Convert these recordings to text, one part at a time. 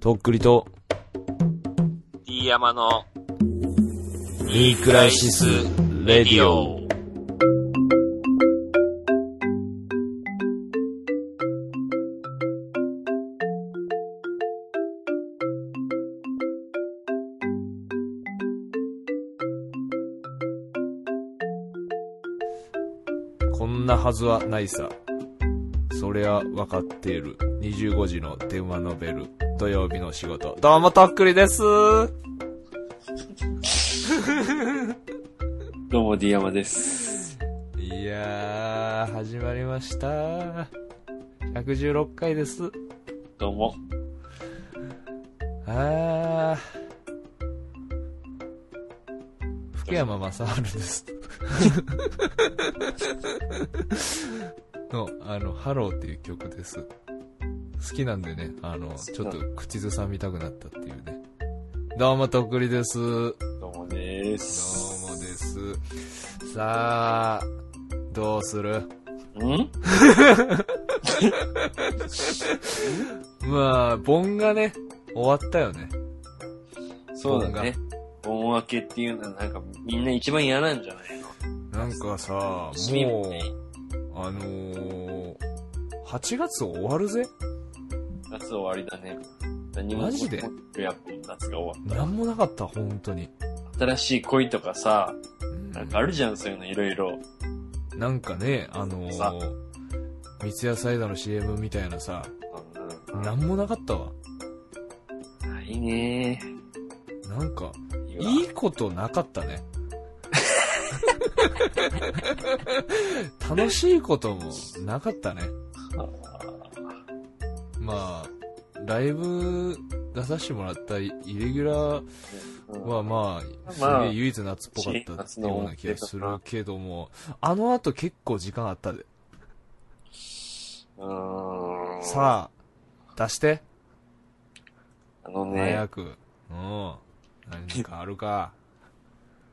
とっくりと、 D 山のいいクライシス・レディオ。こんなはずはないさ。それは分かっている。25時の電話のベル。土曜日の仕事。どうも、とっくりです。どうも、D 山です。いやー、始まりました。116回です。どうも。あー。福山雅治です。の、あの、ハローっていう曲です。好きなんでね、あの、ちょっと口ずさみたくなったっていうね。どうも、とっくりです。どうどうもでーす。もです。さあ、どうするんまあ、盆がね、終わったよね。そうだね。盆明けっていうのは、なんか、みんな一番嫌なんじゃないのなんかさ、も趣味もうね、あのー、8月終わるぜ夏終わりだね。何もマジでやっぱ夏が終わっなんもなかった、本当に。た。新しい恋とかさ、うんなんかあるじゃん、そういうのいろいろ。なんかね、あのさー、三ツ矢サイダーの CM みたいなさ、うんなんもなかったわ。ないねなんか、ー。いいわいいことなかったね。楽しいこともなかったね。まあ、ライブ出させてもらったイレギュラーうんはまあ、すげまあえ唯一夏っぽかったっていうような気がするけども、あの後結構時間あったで。うーん。さあ、出して、あのね早、く。うん。何かあるか。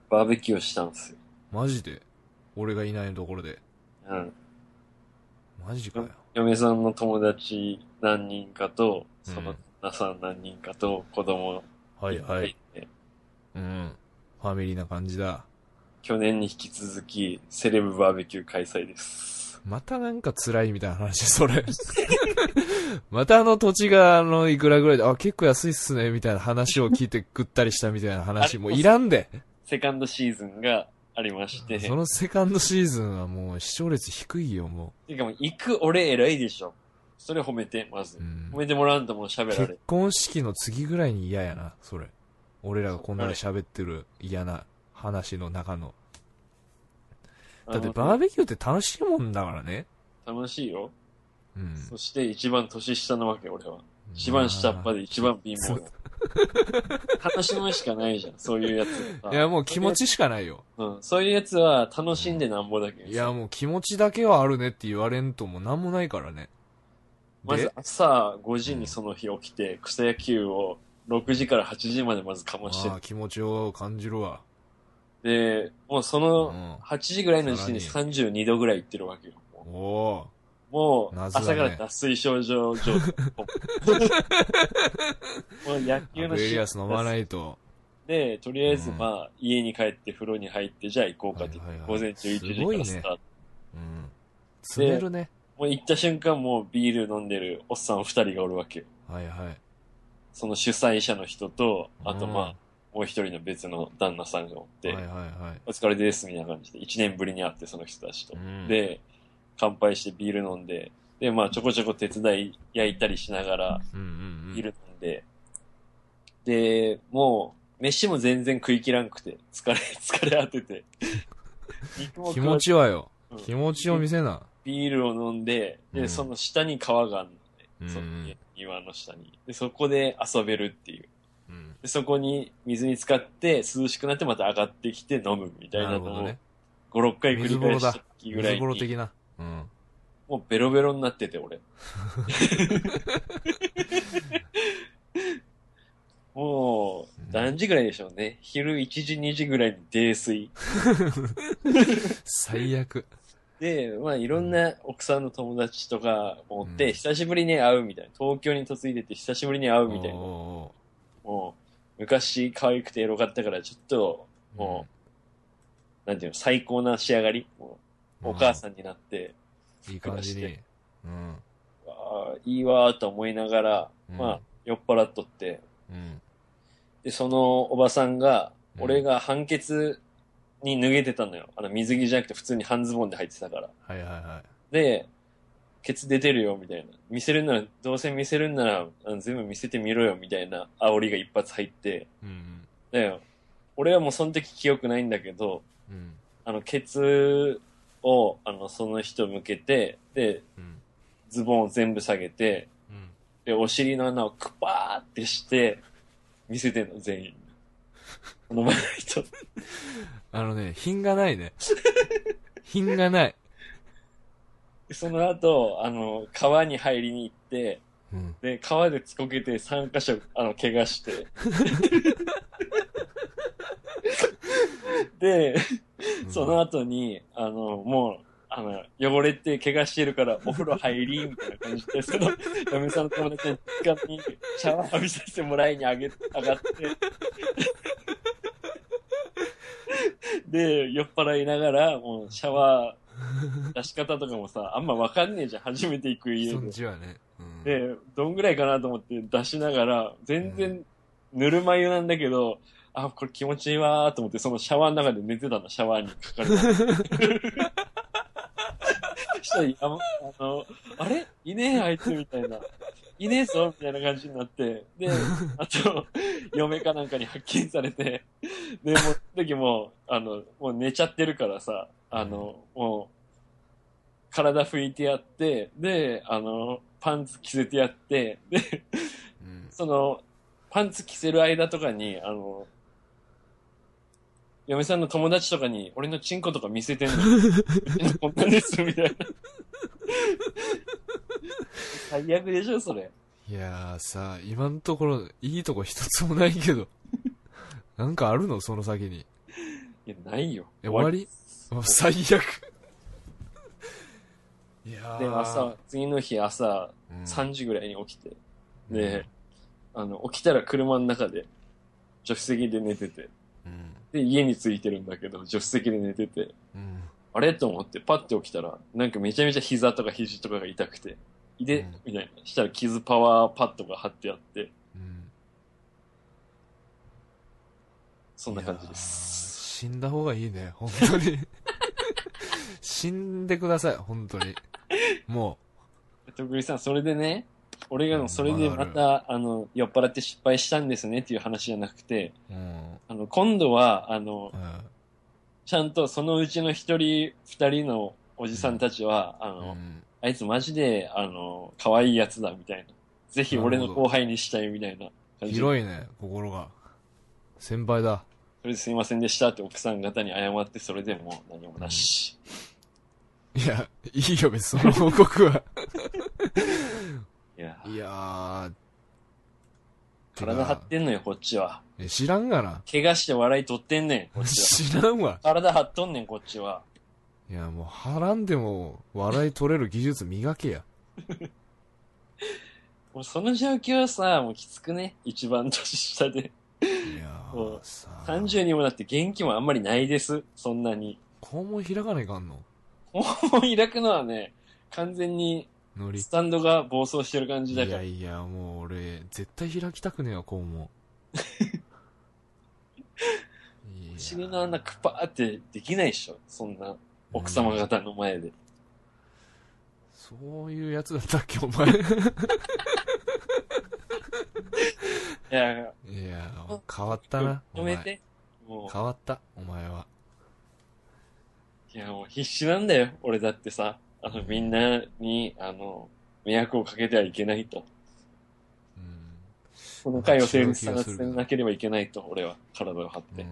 バーベキューをしたんですよ。マジで俺がいないところで。うん。マジかよ。嫁さんの友達何人かと、そのうん旦那さん何人かと、子供はいはい。いてうん。ファミリーな感じだ。去年に引き続き、セレブバーベキュー開催です。またなんか辛いみたいな話、そ れ。またあの土地が、あの、いくらぐらいで、あ、結構安いっすね、みたいな話を聞いて食ったりしたみたいな話、もういらんで。セカンドシーズンがありまして、そのセカンドシーズンはもう視聴率低いよ、もてかもう行く俺偉いでしょ。それ褒めて、まずう。う。ん褒めてもらわんともう喋られ結。婚式の次ぐらいに嫌やな、それ。俺らがこんなに喋ってる嫌な話の中の。だってバーベベキューって楽しいもんだからね。楽しいよ。うん。そして一番年下なわけ、俺は。一番下っ端で一番貧 乏だ。楽しむしかないじゃん、そういうやつは。いや、もう気持ちしかないよ。うん、そういうやつは楽しんでなんぼだけどさいや、もう気持ちだけはあるねって言われんともなんもないからね。まずで、朝5時にその日起きて、草野球を6時から8時までまずかあましてあ、気持ちを感じるわ。で、もうそうのん。 8時ぐらいの時点でさ32度ぐらいいってるわけよ。もおうもう謎だ朝ねから脱水症状 状態。もう野ー球アの。クエリアス飲まないいと。で、とりあえずうんまあ家に帰って風呂に入って、じゃあ行こうかってはいはいはい午前中1すごい時ねからスタート。うん。詰めるね。もう行った瞬間もうビール飲んでるおっさん2人がおるわけよ。はいはい。その主催者の人と、あとうんまあ、もう一人の別の旦那さんがおって、はいはいはい。お疲れですみたいな感じで、1年ぶりに会って、その人たちとう。ん、で、乾杯してビール飲んで、で、まあ、ちょこちょこ手伝い焼いたりしながら、うんうんうん、ビール飲んで、で、もう、飯も全然食い切らんくて、疲れ、 疲れ果てて。肉も気食持わちはよ。うん気持ちを見せな。ビールを飲んで、うで、んその下に川があるうのね、そのん。庭の下に。で、そこで遊べるっていう。うんで、そこに水に浸かって、涼しくなってまた上がってきて飲むみたいななるのほを、どね。 5、6回繰り返した時ぐら水風い呂に、的な。うん。もうベロベロになって て、俺。もう、何時ぐらいでしょうね。昼1時、2時ぐらいに泥酔。最悪。で、まあいろんな奥さんの友達とか持っうんて、久しぶりに会うみたいな。東京に嫁いでて久しぶりに会うみたいな。おもう、昔可愛くてエロかったから、ちょっと、ーおーもう、なんていうの、最高な仕上がり。もううんお母さんになって、うんいい感じ暮らにし。うん。ああ、いいわーと思いながら、うんまあ、酔っ払っとって、うん。で、そのおばさんが、うん俺が判決に脱げてたのよ。あの、水着じゃなくて普通に半ズボンで入ってたから。はいはいはで、ケツ出てるよ、みたいな。見せるなら、どうせ見せるんなら、あの全部見せてみろよ、みたいな煽りが一発入って。い。うん。だよ。俺はもうその時記憶ないんだけど、うん。あの、ケツを、あの、その人向けて、で、うん。ズボンを全部下げて、うん。で、お尻の穴をクパーってして、見せてんの、全員に。この前の人。あのね、品がない ね。品がない。その後、あの、川に入りに行って、うん。で、川でつこけて3箇所、あの、怪我して。で、その後に、あの、もう、あの、汚れて怪我してるからお風呂入り、みたいな感じで、その、嫁さんの友達の実家にシャワー浴びさせてもらいにあげ、上がって、で、酔っ払いながら、もうシャワー出し方とかもさ、あんまわかんねえじゃん、初めて行く家人でん。ちはね。うん。で、どんぐらいかなと思って出しながら、全然、ぬるま湯なんだけど、あ、これ気持ちいいわーと思って、そのシャワーの中で寝てたの、シャワーにかかる。そしたら、ああの、 あれいねえ、あいつ、みたいな。いねえぞ、みたいな感じになって。で、あと、嫁かなんかに発見されて。で、もう、その時もう、あの、もう寝ちゃってるからさ、あの、もう、体拭いてやって、で、あの、パンツ着せてやって、で、うん。その、パンツ着せる間とかに、あの、嫁さんの友達とかに、俺のチンコとか見せてんの。こんなんです、みたいな。最悪でしょ、それ。いやーさ、今のところ、いいとこ一つもないけど。 なんかあるのその先に。いや、ないよ。え、終わりあ最 悪。いやー。で、朝、次の日朝、うん、 3時ぐらいに起きて、で、あの、起きたら車の中で、助手席で寝てて、うん。で、家に着いてるんだけど、助手席で寝てて、うん。あれと思って、パッて起きたら、なんかめちゃめちゃ膝とか肘とかが痛くて、で、うんみたいな。したら傷パワーパッドが貼ってあって、うん。そんな感じです。いやー死んだ方がいいね、本当に。 死んでください、本当に。も徳井さん、それでね、俺がうんそれでまた、あの、酔っ払って失敗したんですねっていう話じゃなくて、う。うん。あの、今度は、あの、うんちゃんとそのうちの一人、二人のおじさんたちは、あうの、ん。あいつマジで、あの、可愛いやつだ、みたいな。ぜひ俺の後輩にしたい、みたいな感じで。広いね、心が。先輩だ。それですいませんでしたって奥さん方に謝って、それでもう何もなし。いや、いいよ、別にその報告は。いや、いやー。体張ってんのよ、こっちは。てかえ知らんがな。怪我して笑い取ってんねん、こっちは。知らんわ。体張っとんねん、こっちは。いや、もう、はらんでも、笑い取れる技術磨けや。もうその状況はさ、もうきつくね。一番年下で。いやそうー、さあ。 30にもなって元気もあんまりないです。そんなに。 肛門開かないかんのもう開くのはね、完全にノリス。タンドが暴走してる感じいだからや。いや、もう俺、絶対開きたくねえわ、肛 門。いやお尻の穴クパーってできないでしょ。そんな奥様方の前で。そういうやつだったっけ、お 前。いや、いや、変わったな。お止め前て。も変わった、お前は。う、いや、もう必死なんだよ。俺だってさ、あの、みんなに、あの、迷惑をかけてはいけないと。うん。この回を成立させなければいけないと、俺は体を張っうて。ん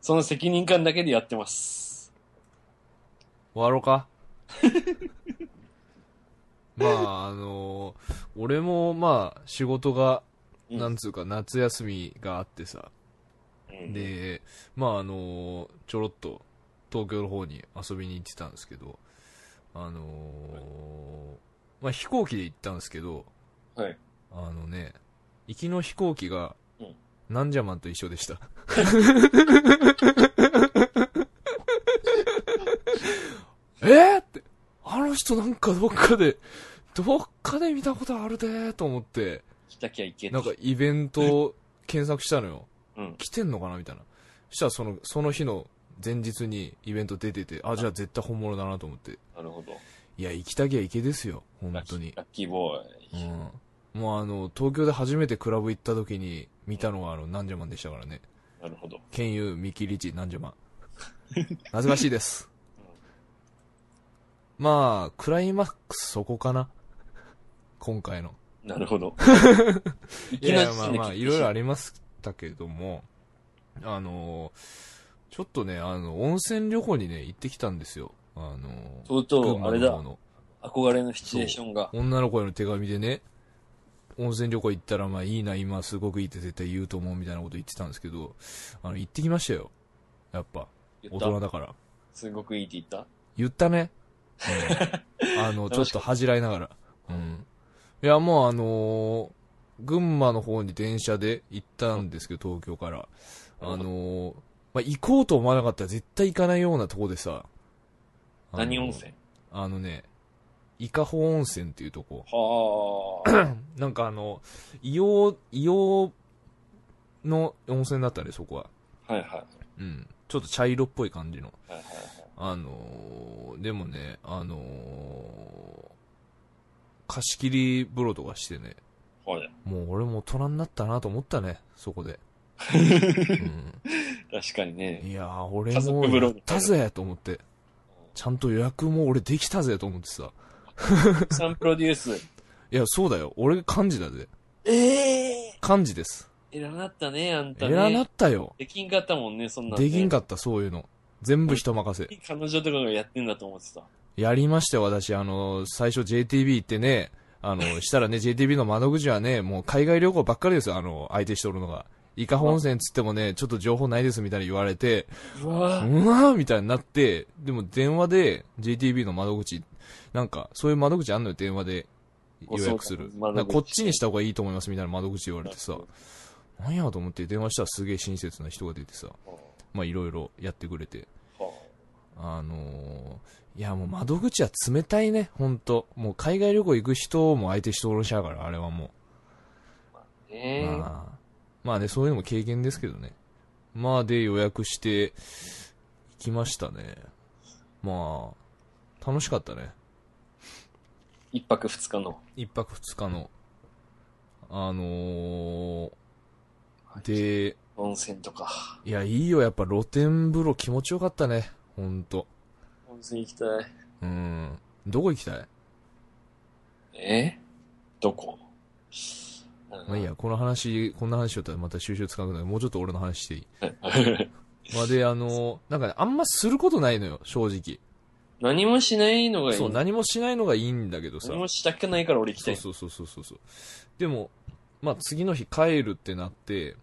その責任感だけでやってます。終わろうか まああの俺もまあ仕事がうんなんつうか夏休みがあってさ、うん、でまああのちょろっと東京の方に遊びに行ってたんですけど、あのーまあ、飛行機で行ったんですけど、はい。あのね、行きの飛行機がうん、なんじゃまんと一緒で した。えーって、あの人なんかどっかで、どっかで見たことあるでーと思って、来たきゃいけなんかイベントを検索したのよ。うん来てんのかなみたいな。そしたらその、その日の前日にイベント出てて、あ、じゃあ絶対本物だなと思って。なるほど。いや、行きたきゃ行けですよ。本ラッキ当にー。ラッキーボーイ。うん、もうあの東京で初めてクラブ行った時に見たのはあのなんじゃまんでしたからねなるほど。県有見切り地なんじゃまん 懐かしいですまあクライマックスそこかな今回のな るほど。いいやいやまあまあいろいろあれ。りましたけどもあのちょっとねあの温泉旅行にね行ってきたんですよあのとうと群う、あ馬れの方だ。の憧れのシチュエーションが。女の子への手紙でね、温泉旅行行ったら、まあいいな、今すごくいいって絶対言うと思うみたいなこと言ってたんですけど、あの、行ってきましたよ。やっぱ、言大った人だから。すごくいいって言った言ったね。 うんあの、ちょっと恥じらいながら。うん。いや、もうあのー群馬の方に電車で行ったんですけど、東京から。あのーまあ、行こうと思わなかったら絶対行かないようなとこでさ。あの何温泉あのね、伊香保温泉っていうとこ。はあ。なんかあの、硫黄、硫黄の温泉だったね、そこは。はいはい。はいうん。ちょっと茶色っぽい感じの。はいはい。あのーでもね、あのー貸し切り風呂とかしてね、はい。もう俺も大人になったなと思ったね、そこで。 うん、確かにね。 いやー、俺家族も風呂やったぜと思って。ちゃんと予約も俺できたぜと思ってさ。サンプロデュース。いや、そうだよ。俺幹事だぜ。ええ幹事です。ー。偉なったね、あんたね。偉なったよ。できんかったもんね、そんなんね。できんかった、そういうの。全部人任せ。彼女とかがやってんだと思ってた。やりましたよ、私。あの、最初 JTB 行ってね、あの、したらね、JTB の窓口はね、もう海外旅行ばっかりですよ、あの、相手しておるのが。伊香保温泉つってもね、ちょっと情報ないですみたいに言われて、ううわぁ。わーみたいになって、でも電話で JTB の窓口、なんか、そういう窓口あんのよ、電話で予約する。なご相談窓口んかこっちにした方がいいと思いますみたいな窓口言われてさ、なんやと思って電話したらすげえ親切な人が出てさ、まあいろいろやってくれて。あのーいやもう窓口は冷たいね、本当もう海外旅行行く人も相手しておろしやから、あれはもう。ええ。まあ、まあね、そういうのも経験ですけどね。まあで予約して、行きましたね。まあ、楽しかったね。一泊二日の。一泊二日の。あのーで、温泉とか。いや、いいよ、やっぱ露天風呂気持ちよかったね、ほんと。温泉行きたい。うん。どこ行きたいえどこまあいいや、この話、こんな話しよったらまた収集つかなくなる。もうちょっと俺の話していい。まあで、あの、なんかね、あんますることないのよ、正直。 何もしないのがいい。そう、何もしないのがいいんだけどさ何。もしたくないから俺行きたそうい。そうそうそうそうそう。でも、まあ次の日帰るってなって、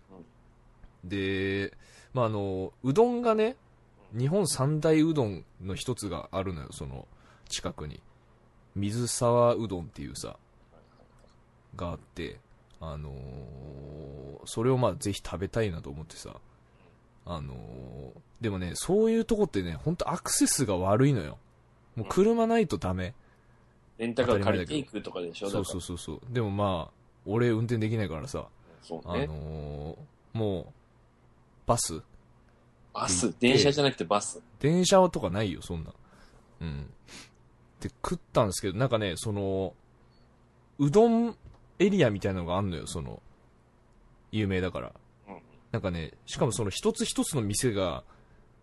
で、まああの、うどんがね、日本三大うどんの一つがあるのよ、その近くに。水沢うどんっていうさ、があって、あのーそれをまあぜひ食べたいなと思ってさ、あのーでもね、そういうとこってね、ほんとアクセスが悪いのよ。もう車ないとダメ。レンタカー借りていくとかでしょそうそうそうそう。でもまあ、俺運転できないからさ、そう。そあうね。のーもう、バスバス。電車じゃなくてバス。電車とかないよ、そんな。うん。で、食ったんですけど、なんかね、その、うどんエリアみたいなのがあんのよ、その、有名だから。うんなんかね、しかもその一つ一つの店が、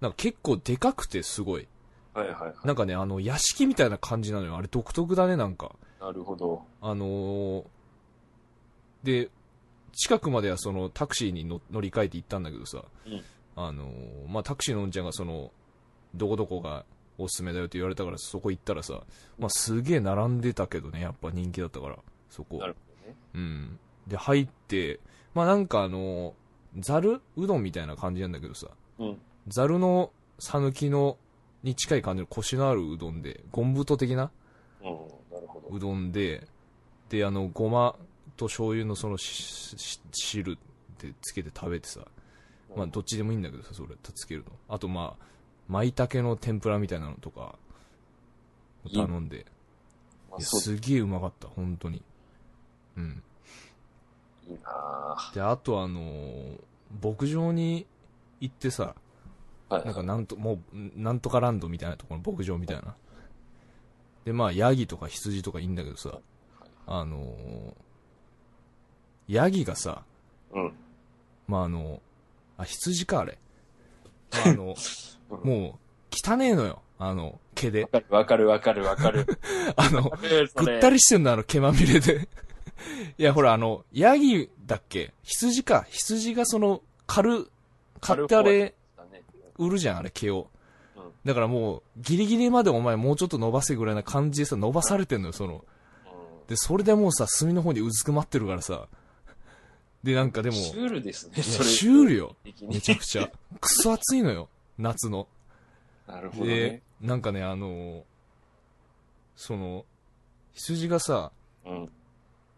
なんか結構でかくてすごい。はいはいはい。なんかね、あの、屋敷みたいな感じなのよ。あれ独特だね、なんか。なるほど。あのーで、近くまではそのタクシーに乗乗り換えて行ったんだけどさ、うんあのーまあ、タクシーのうんちゃんがその、どこどこがおすすめだよって言われたからそこ行ったらさ、まあ、すげえ並んでたけどね、やっぱ人気だったから、そこな。るほどね。うん。で、入って、まあ、なんかあのーざるうどんみたいな感じなんだけどさ、うんざるのさぬきのに近い感じのコシのあるうどんで、ゴン太的なうん、なるほど。うどんで、で、あの、ごまと醤油のそのしし汁でつけて食べてさ、まあ、どっちでもいいんだけどさ、それ、つけるの。あと、まあ、舞茸の天ぷらみたいなのとか、頼んで。まあ、いやそうすげえうまかった、本当に。うん。いいなで、あとあのー牧場に行ってさ、ぁはい。なんかなんと、もう、なんとかランドみたいなところの牧場みたいな。で、まあ、ヤギとか羊とかいいんだけどさ、あのーヤギがさ、うん。まああの、あ、羊か、あれ。まああの、もう、汚ねえのよ、あの、毛で わ。かるわかるわ かるわかる。あの、ぐぐったりしてんの、あの、毛まみれで。 いや、ほら、あの、ヤギだっけ羊か。羊がその、狩る、狩ってあれ、売るじゃん、あれ、毛をうん。だからもう、ギリギリまでお前もうちょっと伸ばせぐらいな感じでさ、伸ばされてんのよ、その。で、それでもうさ、炭の方にうずくまってるからさ。で、なんかでで も、シュールですね、いやそれ。シュールよ。的めに。ちゃくちゃ。くそ暑いのよ、夏の。なるほどねで。、なんかね、あの、その、羊がさ、うん。はい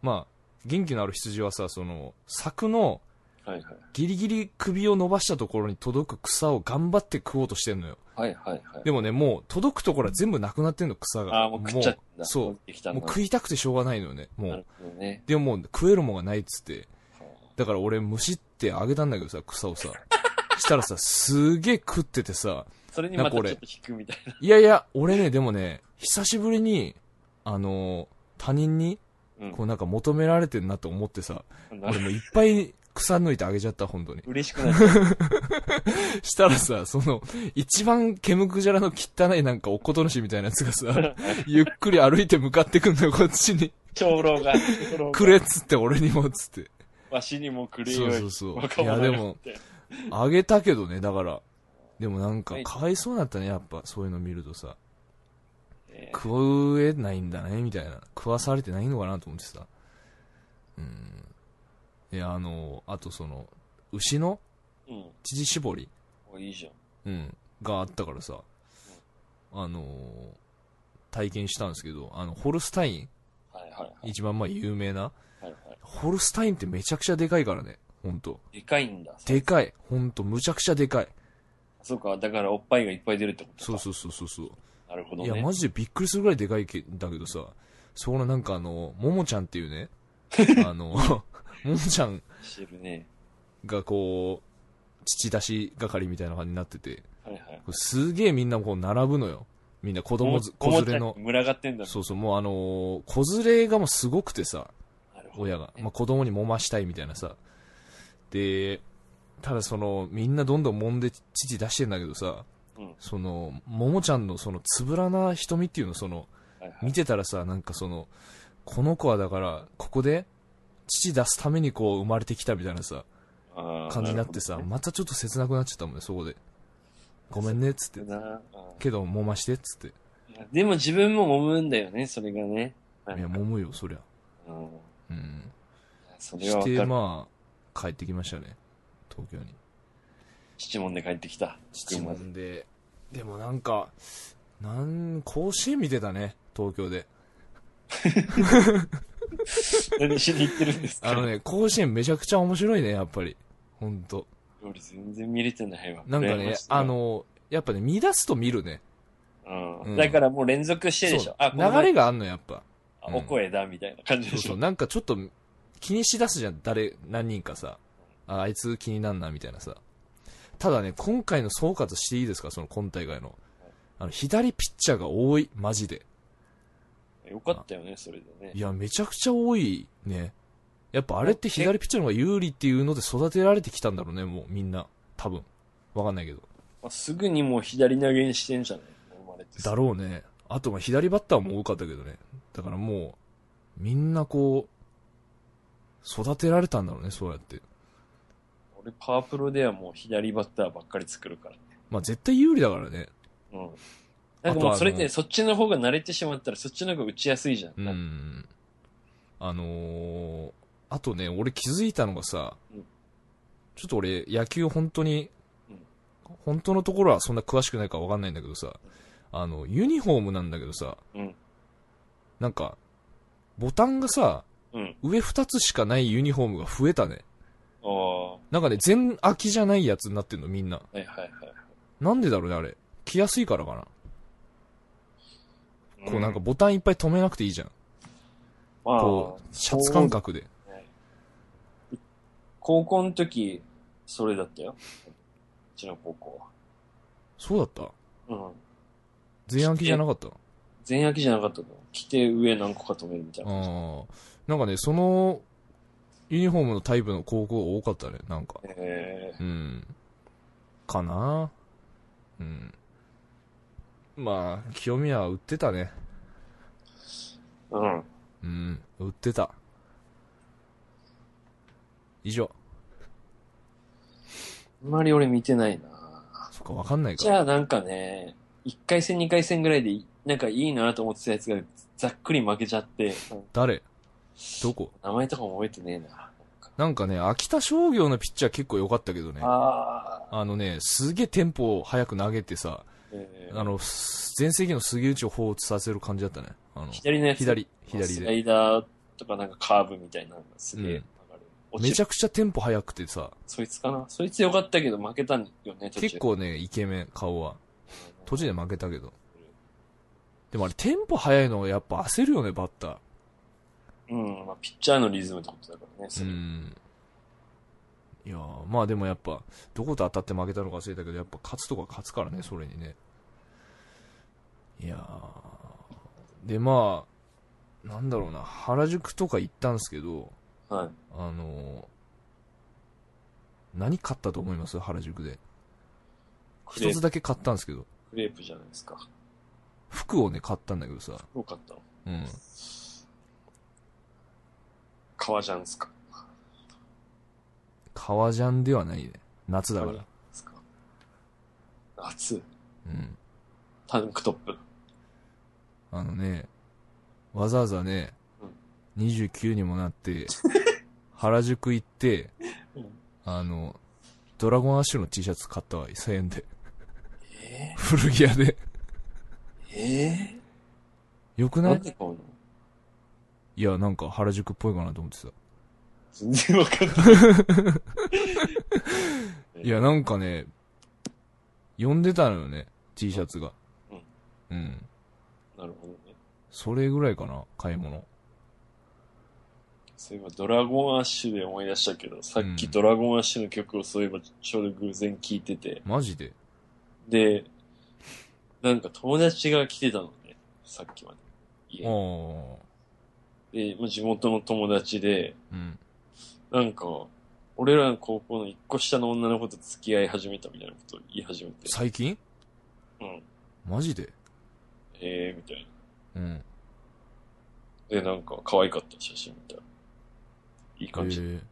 まあ、元気のある羊はさ、その、柵のはい。ギリギリ首を伸ばしたところに届く草を頑張って食おうとしてんのよ。はいはいはい。でもね、もう届くところは全部なくなってんの、草が。ああ、もう食っちゃったんだ。そう持ってきたんもだう食いたくてしょうがないのよね、もなるう。ほどね。でももう食えるもんがないっつって。はだから俺、むしってあげたんだけどさ、草をさ。 したらさ、すげえ食っててさ。あそれにまたちなょんか俺っと引くみたいいやいや、俺ね、でもね、久しぶりに、あの他人に、な。こうなんか求められてんなと思ってさ、うん。な俺るもいっぱい草抜いてあげちゃった、本当に。嬉しくなっちゃう。したらさ、その、一番毛むくじゃらの汚いなんかおこと主みたいなやつが さ、ゆっくり歩いて向かってくんのよ、こっちに。長老が、長老 がくれっつって、俺にもっつって。わしにもくれそよ。うそうそう。若いや、者でがも、あげたけどね、だから。でもなんかは、いかわいそうだったね、やっぱ、そういうの見るとさ。えー食えないんだね、みたいな。食わされてないのかなと思ってさ。うん。いや、あの、あとその、牛のうん。乳搾りおいいじゃん。うん、があったからさ、あのー体験したんですけど、あの、ホルスタイン、はいはい一番まあ有名な、はい。はいはホルスタインってめちゃくちゃでかいからね、ほんと。い、でかいんだ。でかい、ほんと、むちゃくちゃでかい。そうか、だからおっぱいがいっぱい出るってことか。そうそうそうそうそう。なるほどいね。や、マジでびっくりするぐらいでかいけだけどさ、そこのなんかあの、ももちゃんっていう ね、あの、 ももちゃんしてるね。がこう、乳出し係みたいな感じになってて、はいはい。すげえみんなこう並ぶのよ。みんな子供ず、お子も連れのおもちゃに。群がってんだ。そうそう、もうあのー子連れがもうすごくてさ、なるほど。親が。まあ、子供に揉ましたいみたいなさ。で、ただその、みんなどんどん揉んで父出してんだけどさ、うんその、ももちゃんのその、つぶらな瞳っていうの、その、はいはい見てたらさ、なんかその、この子はだから、ここで、父出すためにこう、生まれてきたみたいなさ、あー感じになってさ、るほまたちょっと切なくなっちゃったもんね、そこで。ごめんね、つってど。なあけど、揉まして、つって。ーでも自分も揉むんだよね、それがね。なんいかや、揉むよ、そりゃ。うんいうん。やそれはしわかて、る。まあ、帰ってきましたね。東京に。七問で帰ってきた。質群馬で問で。でもなんか、なん、甲子園見てたね、東京で。何しに行ってるんですかあのね、甲子園めちゃくちゃ面白いね、やっぱり。ほんと。俺全然見れてないわ。なんか羨まねしい、わあ、の、やっぱね、見出すと見るね。うんうんだからもう連続してでしそうょ。あ、この流前れがあんの、やっぱ。あお声だ、みたいな感じそでうしそう、ょ。なんかちょっと気にしだすじゃん、誰、何人かさ。あ、あいつ気になんな、みたいなさ。ただね、今回の総括していいですか、その今大会の。あの、左ピッチャーが多い、マジで。よかったよね、それでねい。や、めちゃくちゃ多いね。やっぱあれって左ピッチャーの方が有利っていうので育てられてきたんだろうね、もうみんな。多分。わかんないけど。まあすぐにもう左投げにしてんじゃない生まれてすぐだろうね。あと、まあ左バッターも多かったけどね。だからもう、みんなこう、育てられたんだろうね、そうやって。俺、パワープロではもう左バッターばっかり作るからね。まあ絶対有利だからね。うん。あとなはんかもうそれっあのて、そっちの方が慣れてしまったら、そっちの方が打ちやすいじゃん。うなんかん。あのー、あとね、俺気づいたのがさうん、ちょっと俺野球本当にうん、本当のところはそんな詳しくないからわかんないんだけどさ、あの、ユニフォームなんだけどさ、うんなんか、ボタンがさ、うん上二つしかないユニフォームが増えたね。ああ、はなんかね、全空きじゃないやつになってんの、みんな。いはいはい。なんでだろうね、あれ。着やすいからかな。こうなんかん、ボタンいっぱい止めなくていいじゃん。まあこう、シャツ感覚で。高校の時、それだったよ。うちの高校そうだったは。うん。全空きじゃなかった全焼きじゃなかったの。着て上何個か止めるみたいな。ああ。なんかね、その、ユニフォームのタイプの高校多かったね、なんか。えうん。かなうん。まあ、清宮は売ってたね。ー、うん。うん。売ってた。以上。あんまり俺見てないなそっか、わかんないじか。ゃあなんかね、1回戦2回戦ぐらいで、なんかいいなと思ってたやつがざっくり負けちゃって、誰どこ名前とかも覚えてねえな。なんかね、秋田商業のピッチャー結構良かったけどね。あああ、のね、すげえテンポ早く投げてさ、えーあの、す前世紀の杉内を放置させる感じだったね。あの、左のやつ。左、左スでラ。イダーとかなんかカーブみたいなのがすげえ上がる。落めちちるゃくちゃテンポ速くてさ、そいつかなそいつよかったけど負けたんよね、途中結構ね、イケメン、顔は。途中で負けたけど。でもあれ、テンポ速いのやっぱ焦るよね、バッタうん、まあ、ピッチャーのリズムってことだからね、ー。そうれん。いやーまあでもやっぱ、どこと当たって負けたのか忘れたけど、やっぱ勝つとか勝つからね、それにね。いやーで、まあ、なんだろうな、原宿とか行ったんですけど、はい。あのー何買ったと思います原宿で。クレ一ーつプ、だけ買ったんですけど、クレープじゃないですか。服をね、買ったんだけどさ、よかったの。うん。革ジャンですか。革ジャンではないね。夏だから。ですか。夏、うん。タンクトップ。あのね、わざわざね、29にもなって、 原宿行ってうん、あの、ドラゴンアッシュの T シャツ買ったわ、1000円で。 え古着屋で。ー、えよくー、ななんいで買うのいや、なんか原宿っぽいかなと思ってさ。全然わかんな い。いや、なんかね、呼んでたのよね、T シャツが。うん。なるほどね。それぐらいかな、買い物。そういえば、ドラゴンアッシュで思い出したけど、さっうきんドラゴンアッシュの曲をそういえばちょうど偶然聴いてて、マジで。で、なんか友達が来てたのね、さっきまで。ああ。家にで、まあ、地元の友達で、うん。なんか、俺らの高校の一個下の女の子と付き合い始めたみたいなことを言い始めて、最近うん、マジでええー、みたいな。うん。で、なんか、可愛かった写真みたいな。いい感じ。えー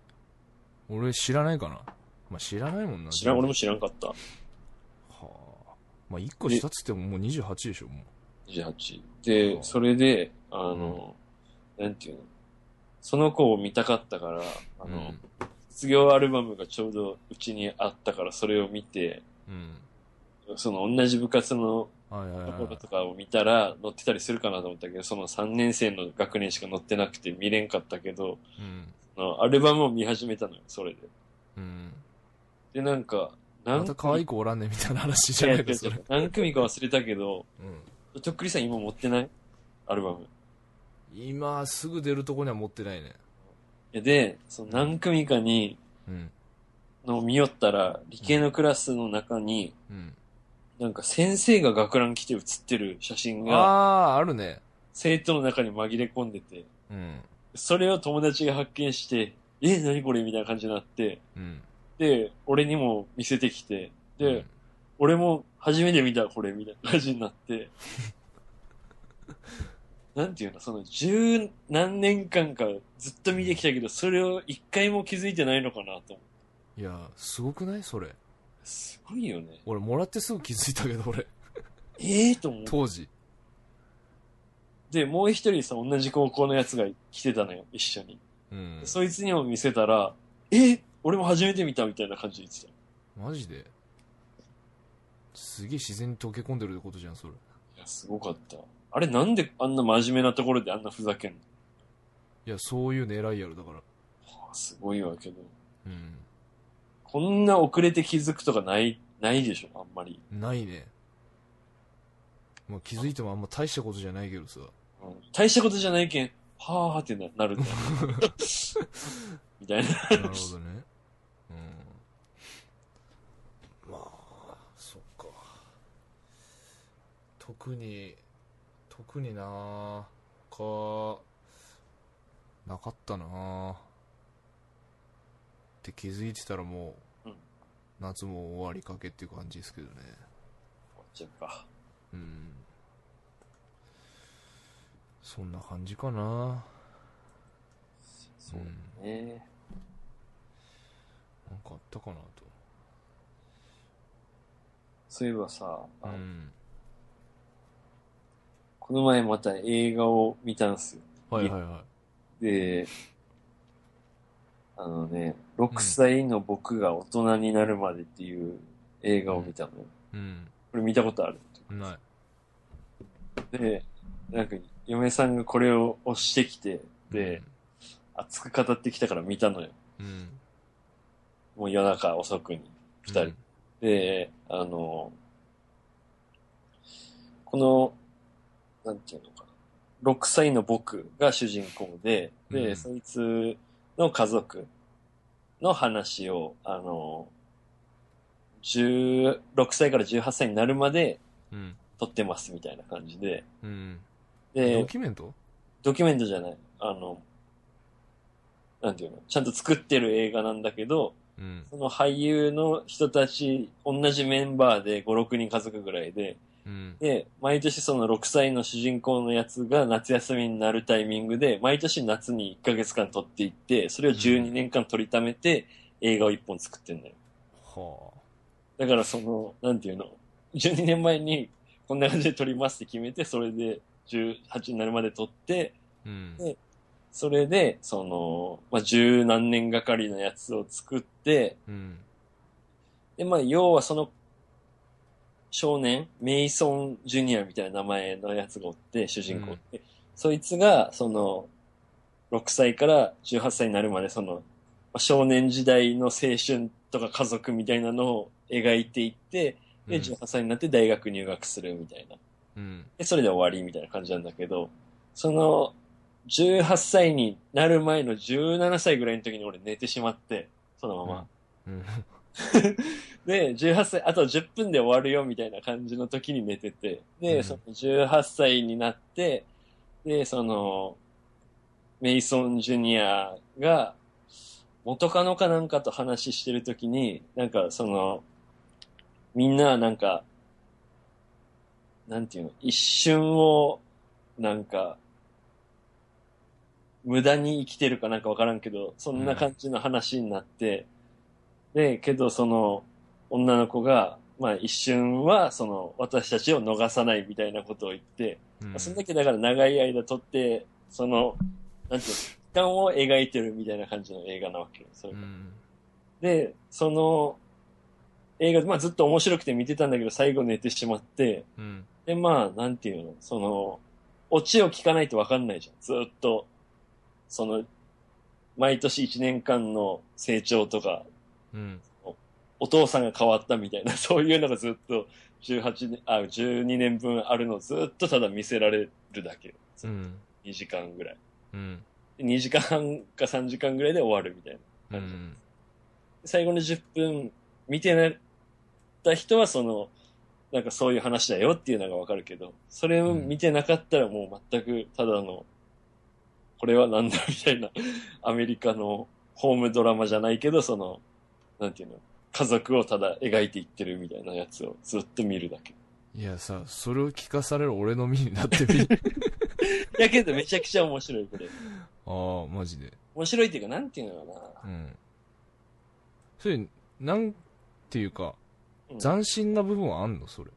俺知らないかな。まあ、知らないもんな。知らん、俺も知らんかった。はあ。まあ、1個したっつってももう28でしょ、も28。で、それで、あの、なんていうの。その子を見たかったから、あう。の、卒業アルバムがちょうどうちにあったから、それを見て、うん。その同じ部活のうん。はいはいところはとかを見たら、載ってたりするかなと思ったけど、その3年生の学年しか載ってなくて見れんかったけど、い。うん。あのアルバムを見始めたのよ、それで。うん。で、なんか、何また可愛い子おらんねみたいな話じゃないか、それ。何組か忘れたけど、うん。とっくりさん今持ってないアルバム。今すぐ出るとこには持ってないね。で、その何組かに、うん。の見よったら、理系のクラスの中に、うん。なんか先生が学ラン着て写ってる写真が、ああー、あるね。生徒の中に紛れ込んでて、うん。それを友達が発見して、え、何これみたいな感じになって、うん。で、俺にも見せてきて、で、うん、俺も初めて見た、これ、みたいな感じに なって。なんていうの、その十何年間かずっと見てきたけど、それを一回も気づいてないのかなと思う。いや、すごくないそれ。すごいよね。俺、もらってすぐ気づいたけど、俺。ええと思って。当時。で、もう一人さ、同じ高校のやつが来てたのよ、一緒に。うん。そいつにも見せたら、え俺も初めて見たみたいな感じで言ってた。マジですげえ自然に溶け込んでるってことじゃん、それ。いや、すごかった。あれなんであんな真面目なところであんなふざけんのいや、そういう狙いやろ、だから。はあすごいわけど。うん。こんな遅れて気づくとかない、ないでしょ、あんまり。ないね。まあ、気づいてもあんま大したことじゃないけどさ。うん、大したことじゃないけん、はーってななるんだよ。みたいな。なるほどね。うん。まあ、そっか。特に、特になか、なかったなって気づいてたらもう、うん夏も終わりかけっていう感じですけどね。じゃあか。うん。そんな感じかなそううんだね。なんかあったかなと。そういえばさ、あうのん。この前また映画を見たんすよ。はいはいはで、あのね、6歳の僕が大人になるまでっていう映画を見たのよ。い。うん。これ見たことあるない。で、なんか、嫁さんがこれを押してきて、で、熱く語ってきたから見たのよ。うん、もう夜中遅くに、二人。うんで、あの、この、なんていうのかな。6歳の僕が主人公で、で、うんそいつの家族の話を、あの、16歳から18歳になるまでうん。撮ってますみたいな感じで、うん。ドで、キュメントドキュメントじゃない、あの、なんていうの、ちゃんと作ってる映画なんだけど、うん。その俳優の人たち、同じメンバーで5、6人家族ぐらいで、うん。で、毎年その6歳の主人公のやつが夏休みになるタイミングで、毎年夏に1ヶ月間撮っていって、それを12年間撮りためて、映画を1本作ってんだよ。はだからその、なんていうの、12年前にこんな感じで撮りますって決めて、それで18になるまで撮って、あ。うん。でそれで、その、まあ、十何年がかりのやつを作って、うん。で、まあ、要はその、少年、メイソン・ジュニアみたいな名前のやつがおって、主人公って。そいつが、その、6歳から18歳になるまで、その、まあ少年時代の青春とか家族みたいなのを描いていって、で、18歳になって大学入学するみたいな。うん。で、それで終わりみたいな感じなんだけど、その、18歳になる前の17歳ぐらいの時に俺寝てしまって、そのまま。うん。で、18歳、あと10分で終わるよみたいな感じの時に寝てて、で、うんその18歳になって、で、その、メイソン・ジュニアが、元カノかなんかと話してる時に、なんかその、みんななんか、なんていうの、一瞬を、なんか、無駄に生きてるかなんかわからんけど、そんな感じの話になって、で、けどその、女の子が、まあ一瞬は、その、私たちを逃さないみたいなことを言って、うん。そんだけだから長い間撮って、その、なんていうの、時間を描いてるみたいな感じの映画なわけよ。それうがん。で、その、映画、まあずっと面白くて見てたんだけど、最後寝てしまって、うん。で、まあ、なんていうの、その、オチを聞かないとわかんないじゃん。ずっと、その、毎年1年間の成長とか、うん。お父さんが変わったみたいな、 そういうのがずっと、18年、あ、12年分あるのをずっとただ見せられるだけ。うん。 2時間ぐらい。うん。 2時間半か3時間ぐらいで終わるみたいな。うん。最後の10分見てなかった人はその、なんかそういう話だよっていうのがわかるけど、それを見てなかったらもう全くただの、これはなんだみたいな、アメリカのホームドラマじゃないけど、その、なんていうの、家族をただ描いていってるみたいなやつをずっと見るだけ。いやさ、それを聞かされる俺の身になってみる。やけどめちゃくちゃ面白い、これ。ああ、マジで。面白いっていうか、なんていうのかうん。それ、なんていうか、うん斬新な部分はあんのそれ。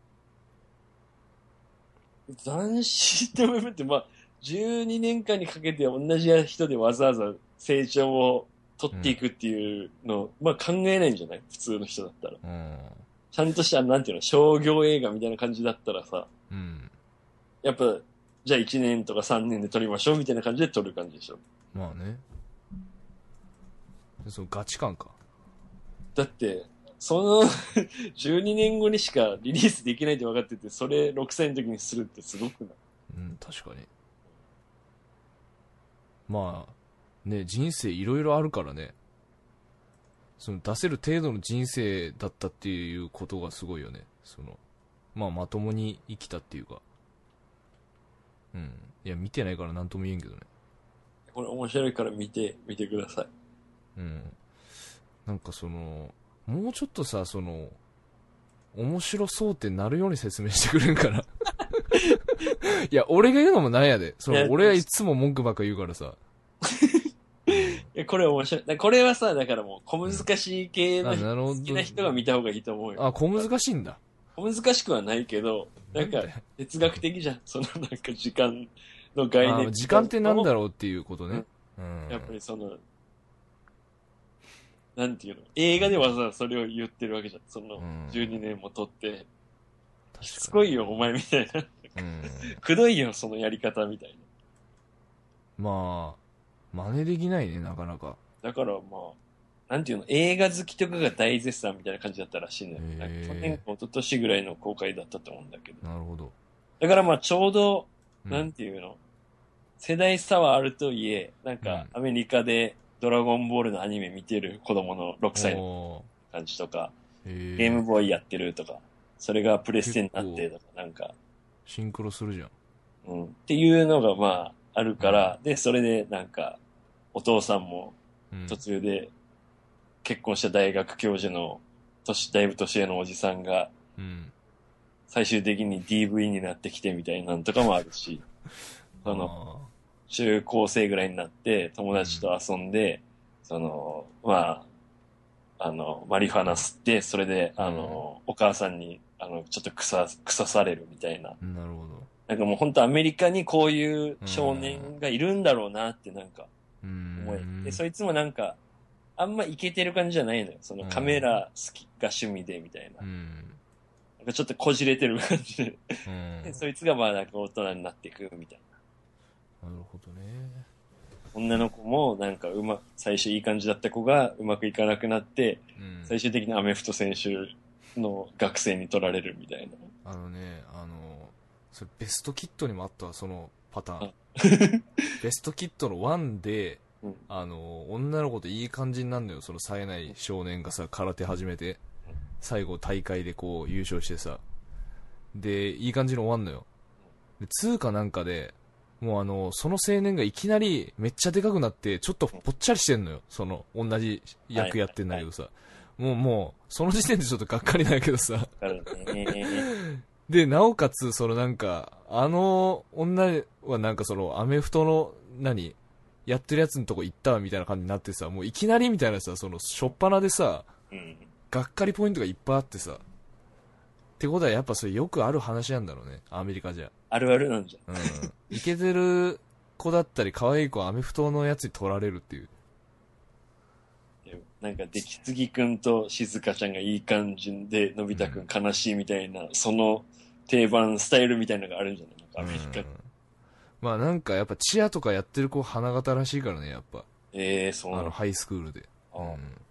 な。斬新って部分って、まあ、12年間にかけて同じ人でわざわざ成長を取っていくっていうの、まあ考えないんじゃない普通の人だったら。うん。ちゃんとした、なんていうの、商業映画みたいな感じだったらさ、うん。やっぱ、じゃあ1年とか3年で撮りましょうみたいな感じで撮る感じでしょ。まあね。でそのガチ感か。だって、その 12年後にしかリリースできないって分かってて、それ6歳の時にするってすごくないうん、確かに。まあ、ね、人生いろいろあるからね。その出せる程度の人生だったっていうことがすごいよね。その、まあまともに生きたっていうか。うん。いや、見てないから何とも言えんけどね。これ面白いから見て、見てください。うん。なんかその、もうちょっとさ、その、面白そうってなるように説明してくれん から。いや、俺が言うのもなんやで。そいやの、俺はいつも文句ばっか言うからさ。いや、これ面白い。だからこれはさ、だからもう小難しい系のあなるほど好きな人が見た方がいいと思うよ。あ、小難しいんだ。小難しくはないけど、なんか哲学的じゃん。 そのなんか時間の概あ念。時間ってなんだろうっていうことね。うん。やっぱりその、なんていうの、映画でわざわざそれを言ってるわけじゃん。そのうん12年も撮って、確かにしつこいよ、お前みたいな。 うん。くどいよ、そのやり方みたいまあ、真似できないね、なかなか。な。だからまあ、なんていうの、映画好きとかが大絶賛みたいな感じだったらしいんだよ。へーなんか去年か一昨年ぐらいの公開だったと思うんだけど。なるほど。だからまあちょうど、うなんていうの、世代差はあるとはいえ、なんかアメリカでドラゴンボールのアニメ見てる子供の6歳のお感じとか、ーへゲームーボーイやってるとか、それがプレステになってとか、なんか、シンクロするじゃん。うん、っていうのがまああるから、で、それでなんか、お父さんもうん。途中で結婚した大学教授の年、だいぶ年上のおじさんが、うん。最終的に DV になってきてみたいなんとかもあるし、その、の、中高生ぐらいになって友達と遊んで、その、まあ、あの、マリファナ吸って、それで、あの、お母さんに、あの、ちょっと草、草されるみたいな。なるほど。なんかもう本当アメリカにこういう少年がいるんだろうなってなんかう思えん。て、そいつもなんか、あんまイケてる感じじゃないのよ。そのカメラ好きが趣味でみたいなう。ん。なんかちょっとこじれてる感じで。うん。で そいつがまあなんか大人になっていくみたいな。なるほどね。女の子もなんかうま、最初いい感じだった子がうまくいかなくなって、うん。最終的にアメフト選手の学生に取られるみたいな。あのね、あの、それベストキットにもあったわそのパターンあ。ベストキットの1で、うんあの、女の子といい感じになるのよ。その冴えない少年がさ、空手始めてうん、最後大会でこう優勝してさ、で、いい感じに終わんのよ。で、2かなんかで、もうあの、その青年がいきなりめっちゃでかくなって、ちょっとぽっちゃりしてんのよ。その、同じ役やってんだけどさ。もうもう、その時点でちょっとがっかりなんやけどさ。だからね、で、なおかつ、そのなんか、あの女はなんかその、アメフトの、何やってるやつのとこ行ったわみたいな感じになってさ、もういきなりみたいなさ、その、しょっぱなでさ、うん。がっかりポイントがいっぱいあってさ。ってことはやっぱそれよくある話なんだろうね、アメリカじゃ。あるあるなんじゃん。う ん。イケてる子だったり、可愛い子はアメフトのやつに取られるっていう。でもなんか、出来すぎくんと静香ちゃんがいい感じで、のび太くん悲しいみたいな、その定番スタイルみたいなのがあるんじゃないなんかアメリカ。うんまあなんかやっぱチアとかやってる子花形らしいからね、やっぱ。ええそうあなの、の。ハイスクールで。あうん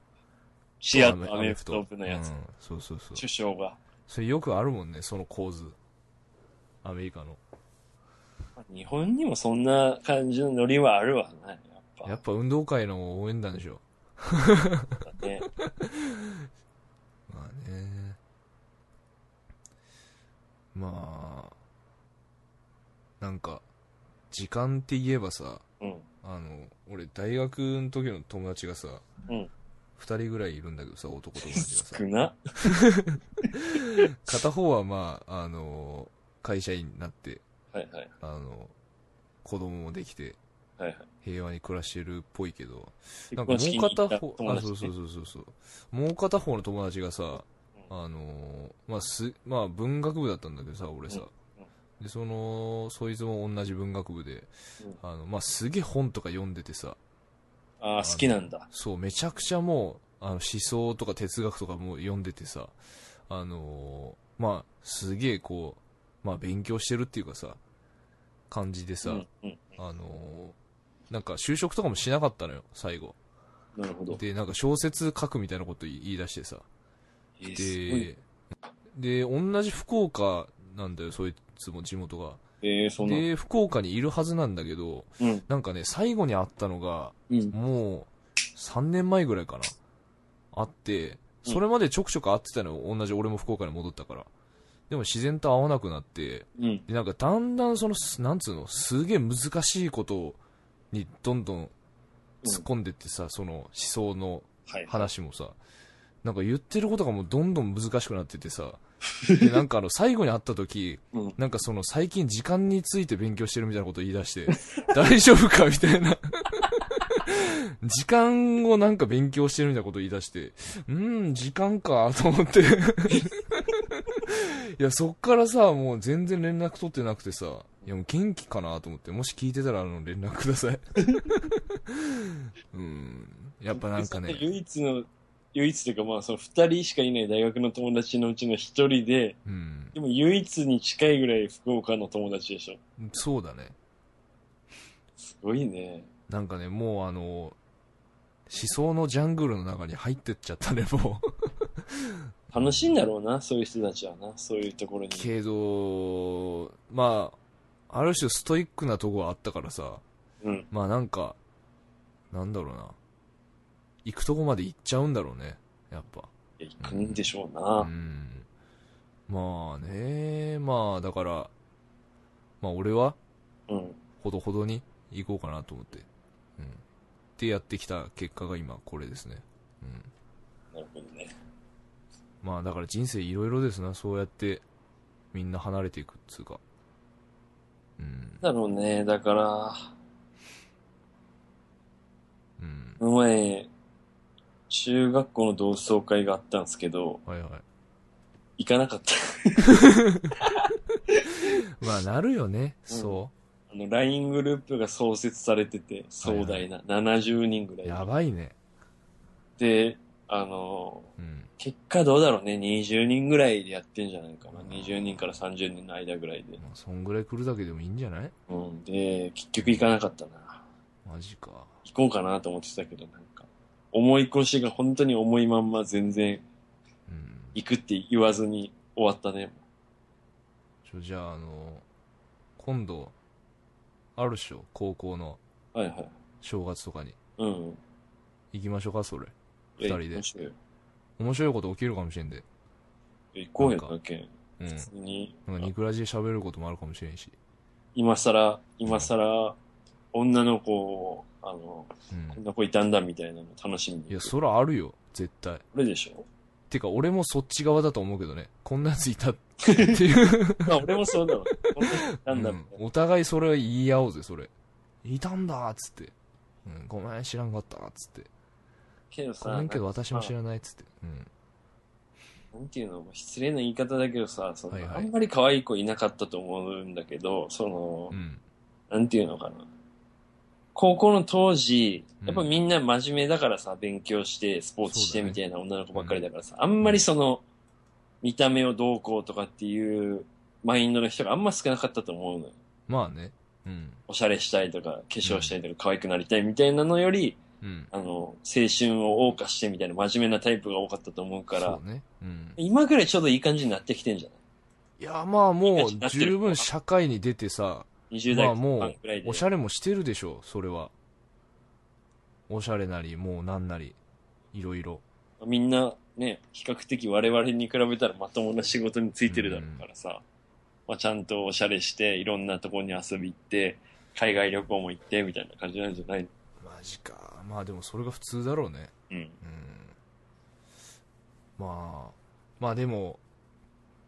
シアとアメフト部のやつうん。そうそうそう首相が。それよくあるもんねその構図アメリカの日本にもそんな感じのノリはあるわな、やっぱ。やっぱ運動会の応援団でしょね。まあねまあなんか時間って言えばさうん。あの俺大学の時の友達がさ、うん2人ぐらいいるんだけどさ男友達がさ 少な。片方はまああの会社員になってはいはい。あの子供もできてはいはい。平和に暮らしてるっぽいけど、なんか結も婚式にう行った片友方達、ね、あ、そうそうそうそうそう。もう片方の友達がさ、うんあのーまあ、す、まあ、文学部だったんだけどさ、俺さうん。で、その、そいつも同じ文学部でうん、あの、まあ、すげえ本とか読んでてさ、ああ、好きなんだ。そう、めちゃくちゃもう、あの、思想とか哲学とかもう読んでてさ、あのーまあ、すげえこう、まあ、勉強してるっていうかさ、感じでさ、うんうんあのーなんか就職とかもしなかったのよ、最後。なるほど。で、なんか小説書くみたいなこと言い出してさ。えーすごいで、で、同じ福岡なんだよ、そいつも地元が。えー、そんな。で、福岡にいるはずなんだけど、うん。なんかね、最後に会ったのが、うん。もう、3年前ぐらいかな。あって、それまでちょくちょく会ってたのよ。同じ、俺も福岡に戻ったから。でも自然と会わなくなって、うん。で、なんかだんだんその、すなんつうの、すげえ難しいことにどんどん突っ込んでってさ、その思想のはい。話もさ、なんか言ってることがもうどんどん難しくなっててさ、で、なんかあの、最後に会った時、うんなんかその、最近時間について勉強してるみたいなこと言い出して、 大丈夫かみたいな。時間をなんか勉強してるみたいなこと言い出して、うーん、時間か、と思って。いや、そっからさ、もう全然連絡取ってなくてさ、いや、もう元気かなと思って、もし聞いてたら、あの、連絡ください。うん。やっぱなんかね。唯一の、唯一というかまあ、その二人しかいない大学の友達のうちの一人で、うん。でも唯一に近いぐらい福岡の友達でしょ。そうだね。すごいね。なんかね、もうあの、思想のジャングルの中に入ってっちゃったね、もう。楽しいんだろうな、そういう人たちはな、そういうところに。けど、まあ、ある種ストイックなとこはあったからさ、うん。まあなんか、なんだろうな。行くとこまで行っちゃうんだろうね、やっぱ。いや行くんでしょううな。ん。まあね、まあだから、まあ俺はうん。ほどほどに行こうかなと思って。うん。ってやってきた結果が今これですね。うん。なるほどね。まあだから人生いろいろですな、そうやってみんな離れていくっつうか。うん。だろうね、だから、うん。この前、中学校の同窓会があったんですけど、はいは行かなかった。 い。まあなるよね、うんそあの、LINE グループが創設されてて、壮大な、70人ぐらう。い。やばいね。で、あの、うん。結果どうだろうね、20人ぐらいでやってんじゃないかな。うん20人から30人の間ぐらいで。まあそんぐらい来るだけでもいいんじゃないうん、で、結局行かなかったな。マジか。行こうかなと思ってたけど、なんか、思い越しが本当に重いまんま全然うん。行くって言わずに終わったね。ちょ、じゃああの、今度、あるっしょ、高校のはいはい。正月とかに。うん。行きましょうか、それ。いや二人で行きましょうよ面白いこと起きるかもしれんで。いや行こうよ、なんかだけん。うん。普通に、なんか、ニクラジで喋ることもあるかもしれんし。今さら、今さら、女の子を、あの、うんこん。な子いたんだみたいなの楽しみに。いや、そらあるよ、絶対。これでしょてか、俺もそっち側だと思うけどね。こんなやついたっていう。まあ、俺もそうだわ。こんな子いたんだみたいな。うんお互いそれは言い合おうぜ、それ。いたんだーっつって。うん、ごめん、知らんかったーっつって。けどごさ、めんけど私も知ならないっつって。うん。んなんていうの、失礼な言い方だけどさ、そのはいはいあんまり可愛い子いなかったと思うんだけど、その、うん。なんていうのかな。高校の当時、うんやっぱみんな真面目だからさ、勉強して、スポーツしてみたいな女の子ばっかりだからさ、あんまりその、見た目をどうこうとかっていうマインドの人があんま少なかったと思うのよ。まあね。うん。おしゃれしたいとか、化粧したいとか、可愛くなりたいみたいなのより、うん。あの、青春を謳歌してみたいな真面目なタイプが多かったと思うからそ、うね。うん。今ぐらいちょうどいい感じになってきてんじゃないいや、まあもいい感う、じになってる十分社会に出てさ、 ?20 代まあ後も、半ぐらいうで。おしゃれもしてるでしょ、それは。おしゃれなり、もうなんなり、いろいろ。みんなね、比較的我々に比べたらまともな仕事についてるだろうからさ、まあ、ちゃんとおしゃれして、いろんなところに遊び行って、海外旅行も行って、みたいな感じなんじゃないのマジか。まあでもそれが普通だろうね。うん。うんまあ、まあでも、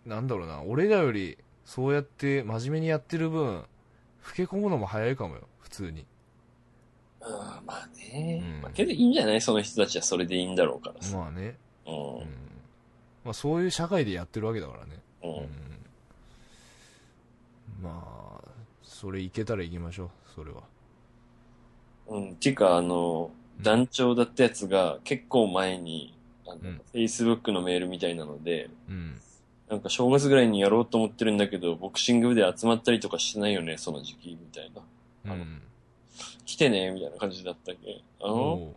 なんだろうな、俺らより、そうやって真面目にやってる分、老け込むのも早いかもよ、普通に。あまあね、うんまあけどいいんじゃないその人たちはそれでいいんだろうからさ。まあね。うん。うん。まあそういう社会でやってるわけだからね。う。うんん。まあ、それいけたら行きましょう、それは。うん。ていうか、あの、団長だったやつが結構前に、あのうん、 Facebook のメールみたいなので、うん。なんか正月ぐらいにやろうと思ってるんだけど、ボクシング部で集まったりとかしてないよね、その時期、みたいな。うあのん。来てね、みたいな感じだったっけあの、お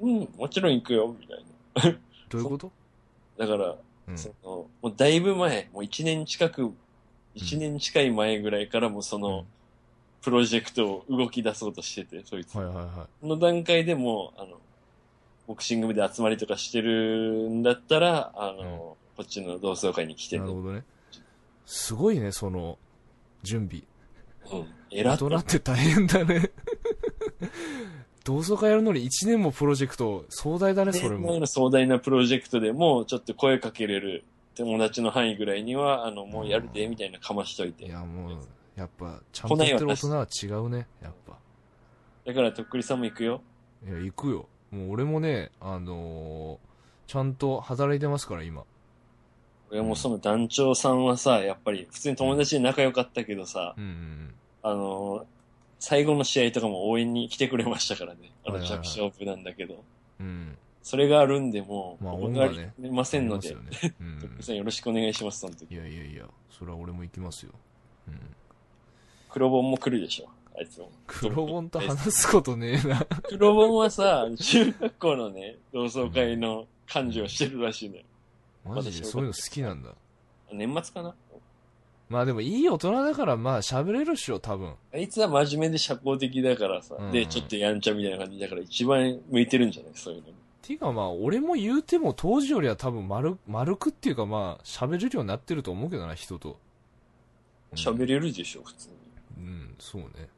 ううん、もちろん行くよ、みたいどういうことな。だから、うん。その、もうだいぶ前、もう一年近く、一年近い前ぐらいからもうその、プロジェクトを動き出そうとしてて、そいつ。はいはいはその段階でもう、あの、ボクシング部で集まりとかしてるんだったら、あの、うんこっちの同窓会に来い。てなね。るほうん。どね。すごいね、その、準備。偉大っ人って大変だね。 同窓会やるのに1年もプロジェクト、壮大だね、それも。の壮大なプロジェクトでもうちょっと声かけれる友達の範囲ぐらいには、あの、もうやるで、みたいなかましといてい。や、もう、やっぱ、ちゃんとやってる大人は違うね、やっぱ。だから、とっくりさんも行くよ。いや、行くよ。もう俺もね、あのーちゃんと働いてますから、今。俺もその団長さんはさ、やっぱり普通に友達で仲良かったけどさ、うんうんあの最後の試合とかも応援に来てくれましたからね。あはいのはいはい弱小部なんだけど。うん。うん。それがあるんで、もう、まあお断りできませんのあで、りますよね。うとっくんり。さんよろしくお願いします、そのい時。やいやいや、それは俺も行きますよ。うん。黒本も来るでしょ、あいつも。黒本と話すことねえな。 黒本はさ、中学校のね、同窓会の幹事をしてるらしいのよ。マジでそういうの好きなんだ。年末かなまあでもいい大人だから、まあ喋れるっしょ、多分。あいつは真面目で社交的だからさ、うんで、ちょっとやんちゃみたいな感じだから一番向いてるんじゃないそういうのに。ていうかまあ、俺も言うても当時よりは多分丸、丸くっていうかまあ、喋れるようになってると思うけどな、人と。うん喋れるでしょ、普通に。うん、そうね。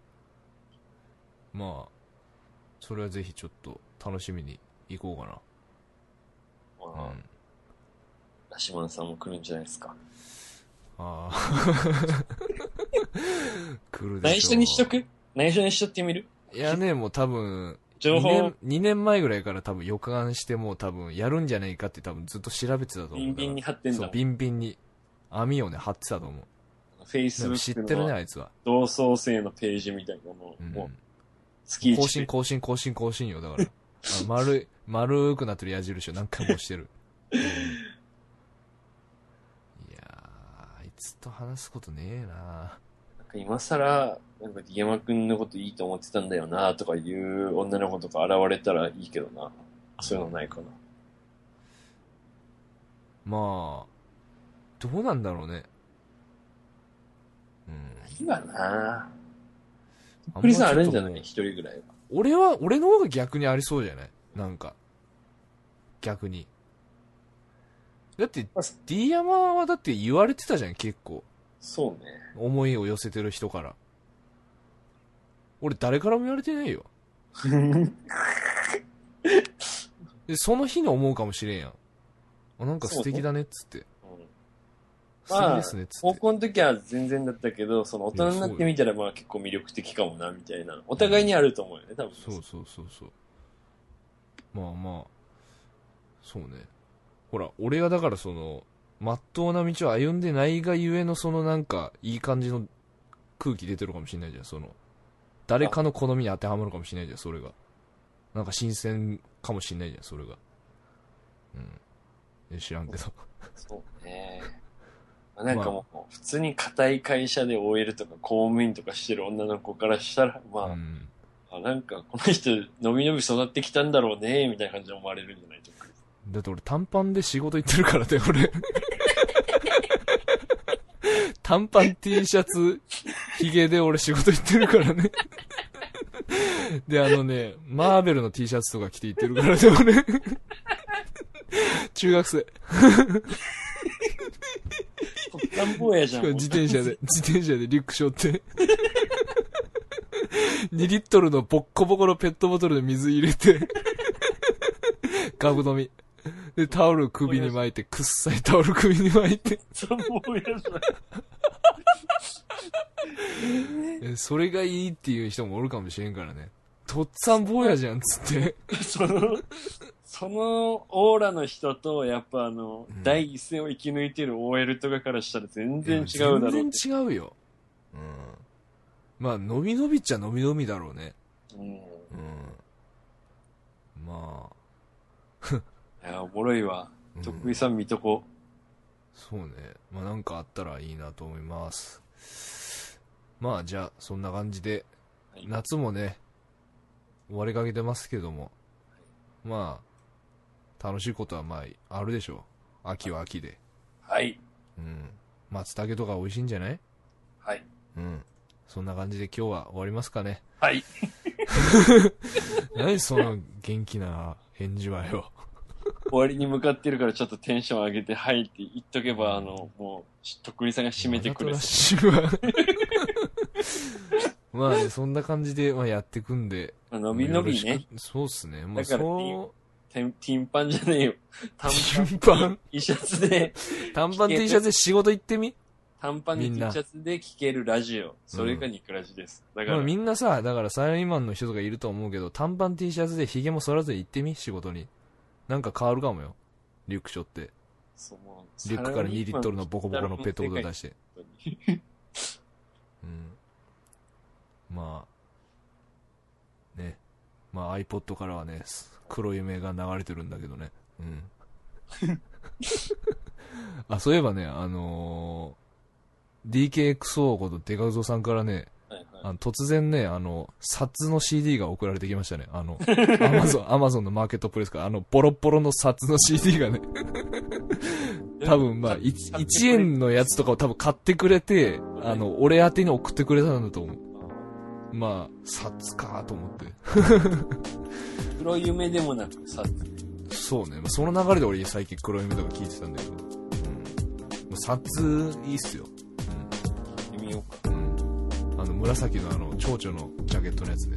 まあ、それはぜひちょっと楽しみに行こうかな。うまあん。ラシマンさんも来るんじゃないですか。ああ。 来るでしょう。内緒にしとく内緒にしとってみるいやね、もう多分、情2報年、2年前ぐらいから多分予感してもう多分やるんじゃないかって多分ずっと調べてたと思う。ビンビンに貼ってんそだう、もん。ビンビンに網をね、張ってたと思う。でも知って Facebook るね、のあいつは。同窓生のページみたいなのを、うん、もう月更新、 1更新、更新、更新よ、だ から。あの丸い、丸くなってる矢印を何回も押してる。うんいやー、あいつと話すことねえななんか今更、なんか、ディマ君のこといいと思ってたんだよな、とかいう女の子とか現れたらいいけどな。そういうのないかな。まあ、どうなんだろうね。うん。いいわな。あクリさんあまりるちょっんじとゃない一人ぐらいは。俺は、俺の方が逆にありそうじゃないなんか。逆に。だって、D 山はだって言われてたじゃん、結構。そうね。思いを寄せてる人から。俺誰からも言われてないよ。 で、その日に思うかもしれんやん。あ、なんか素敵だねっつって。うん素敵ですねっつっ高て。校の時は全然だったけど、その大人になってみたらまあ結構魅力的かもな、みたいな。お互いにあると思うよね、多分。そうそうそうそう。まあまあ、そうね。ほら、俺がだからその、まっとうな道を歩んでないがゆえのそのなんか、いい感じの空気出てるかもしれないじゃん、その。誰かの好みに当てはまるかもしれないじゃん、それが。なんか新鮮かもしれないじゃん、それが。うん。知らんけど。そうね。まあなんかもう、普通に固い会社で OL とか公務員とかしてる女の子からしたら、うまん。あ、あなんかこの人、のびのび育ってきたんだろうね、みたいな感じで思われるんじゃ ないとか。だって俺短パンで仕事行ってるからだよ、俺。短パン T シャツ、ヒゲで俺仕事行ってるからね。で、あのね、マーベルの T シャツとか着て行ってるからだよ、俺。中学生。なんぼやじしゃかもん。自転車 で、自転車でリュック背負って。2リットルのボッコボコのペットボトルで水入れて、ガブ飲み。で、タオル首に巻いて、くっさいタオル首に巻いて。なんぼやじゃん。えそれがいいっていう人もおるかもしれんからね。とっつぁん坊やじゃんっつって。その、そのオーラの人と、やっぱあの、うん第一線を生き抜いてる OL とかからしたら全然違うだろう全然違うよ。うん。まあ、伸び伸びっちゃ伸び伸びだろうね。うんうん。まあ、いや、おもろいわ。うん徳井さん見とこ。そうね。まあ、なんかあったらいいなと思います。まあ、じゃあ、そんな感じで、はい夏もね、終わりかけてますけども、まあ、楽しいことはまあ、あるでしょう。秋は秋で。はい。うん。松茸とか美味しいんじゃないはい。うん。そんな感じで今日は終わりますかね。はい。 何その元気な返事はよ。終わりに向かってるからちょっとテンション上げて、はいって言っとけば、あの、もう、徳井さんが締めてくれわそざとらしいわまあね、そんな感じで、まあ、やってくんで。うあのびのびまあよろねし。くそうっすね。もうだからそう、テンティンパンじゃねえよ。短パン、短パン、 T シャツ で、短パン T シャツで仕事行ってみ短パンみにん T シなャツで聴けるラジオ。それがニクラジです。だかまら、あみんなさ、だからサラリーマンの人とかいると思うけど、短パン T シャツで髭も剃らずに行ってみ仕事に。なんか変わるかもよ。リュック背負って。そのリュックから2リットルのボコボコのペットボトル出して。うん。まあ、ね。まあ iPod からはね、す黒い目が流れてるんだけどね。うん。あ、そういえばね、あのー DKXO ことデカウゾさんからね、はいはいあの突然ね、あの、札の CD が送られてきましたね。あの、アマゾン、アマゾンのマーケットプレイスから、あの、ボロボロの札の CD がね、多分まあ、1, 1円のやつとかを多分買ってくれて、あの、俺宛てに送ってくれたんだと思う。まあ、札かと思って。 黒夢でもなくさ、そうね。まあ、その流れで俺最近黒夢とか聞いてたんだけど。うん。もう札、いいっすよ。見ようか。うん。うん。あの、紫のあの、蝶々のジャケットのやつね。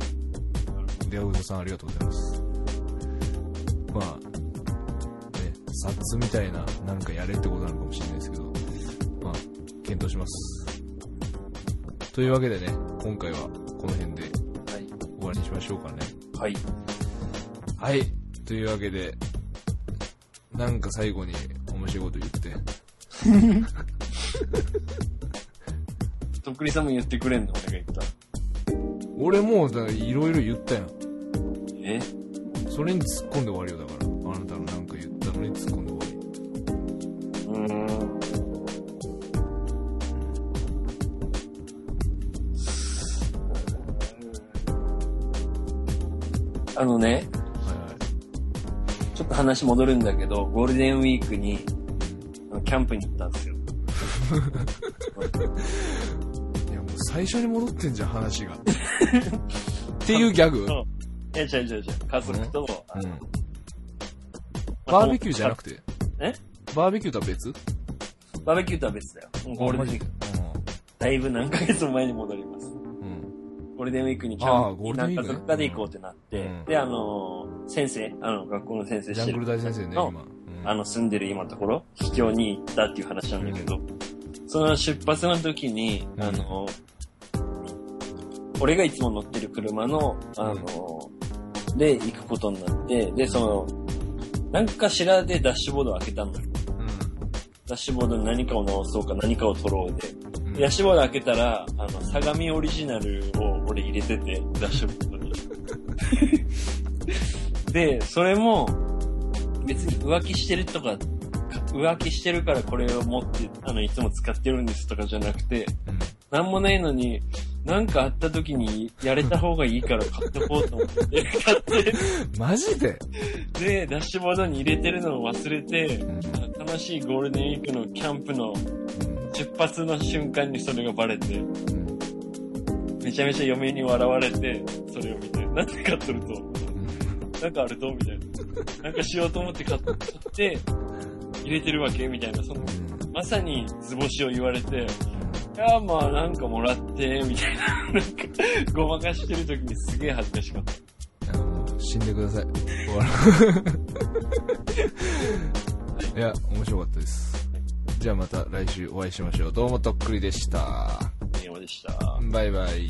デアウドさんありがとうございますまあねサッツみたいななんかやれってことなのかもしれないですけどまあ検討しますというわけでね今回はこの辺では終わりにしましょうかねい。はい。はいというわけでなんか最後に面白いこと言ってとっくりさんも言ってくれんの俺が言った。俺もうだからいろいろ言ったやんえそれに突っ込んで終わりよだからあなたのなんか言ったのに突っ込んで終わうーん。あのね、りはいはいちょっと話戻るんだけど、ゴールデンウィークに、あのキャンプに行ったんですよ。いやもう最初に戻ってんじゃん話 がっていうギャグ、そういや、違う違う違う。家族と、あのバーベキューじゃなくてえバーベキューとは別バーベキューとは別だよ。もうゴールデンウィーク。だいぶ何ヶ月も前に戻ります。うんゴールデンウィークにキあャあンプゴーにルデンウィーク何かねどっかで行こうってなって、うんで、あのー先生、あの、学校の先生ジャングル大先生ね今、のうんあの、住んでる今のところ、秘境に行ったっていう話なんだけど、その出発の時に、うんあの、俺がいつも乗ってる車の、あの、で行くことになって、で、その、なんかしらでダッシュボードを開けたんだよ。ダッシュボードに何かを直そうか何かを取ろうで。うんダッシュボード開けたら、あの、相模オリジナルを俺入れてて、ダッシュボードに。 で、それも、別に浮気してるとか、か浮気してるからこれを持って、あの、いつも使ってるんですとかじゃなくて、うんなんもないのに、なんかあった時にやれた方がいいから買ってこうと思って、買って、マジで、で、ダッシュボードに入れてるのを忘れてう、ん楽しいゴールデンウィークのキャンプの出発の瞬間にそれがバレて、めちゃめちゃ嫁に笑われて、それを見て、なんで買っとると、なんかあるとみたいな。なんかしようと思って買っ買って、入れてるわけみたいな。そのまさに図星を言われて、いや、まあなんかもらって、みたいな。なんか、ごまかしてる時にすげえ恥ずかしかった。あのもう死んでください終わる いや面白かったですじゃあまた来週お会いしましょうどうもとっくりでした電話でした。はバイバイい。